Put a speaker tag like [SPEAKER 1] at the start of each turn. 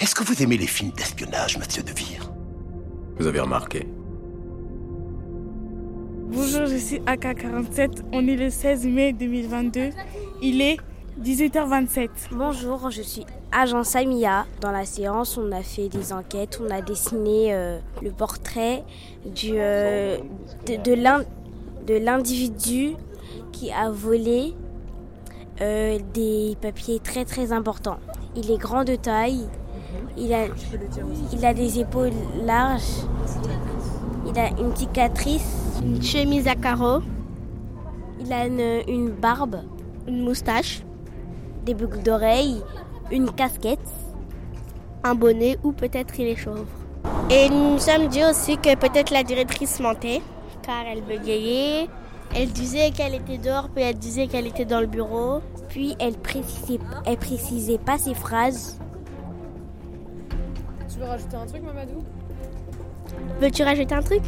[SPEAKER 1] Est-ce que vous aimez les films d'espionnage, monsieur Devire
[SPEAKER 2] Vous avez remarqué.
[SPEAKER 3] Bonjour, je suis AK47. On est le 16 mai 2022. Il est 18h27.
[SPEAKER 4] Bonjour, je suis agent Samia. Dans la séance, on a fait des enquêtes, on a dessiné euh, le portrait du, euh, de, de l'in- de l'individu qui a volé euh, des papiers très très importants. Il est grand de taille, il a, il a des épaules larges, il a une cicatrice,
[SPEAKER 5] Une chemise à carreaux,
[SPEAKER 4] il a une- une barbe.
[SPEAKER 5] une moustache,
[SPEAKER 4] des boucles d'oreilles, une casquette.
[SPEAKER 5] un bonnet ou peut-être il est chauve. Et nous nous sommes dit aussi que peut-être la directrice mentait, car elle bégayait. Elle disait qu'elle était dehors, puis elle disait qu'elle était dans le bureau.
[SPEAKER 4] Puis elle précisait, elle précisait pas ses phrases.
[SPEAKER 6] Tu veux rajouter un truc, Mamadou
[SPEAKER 5] Veux-tu rajouter un truc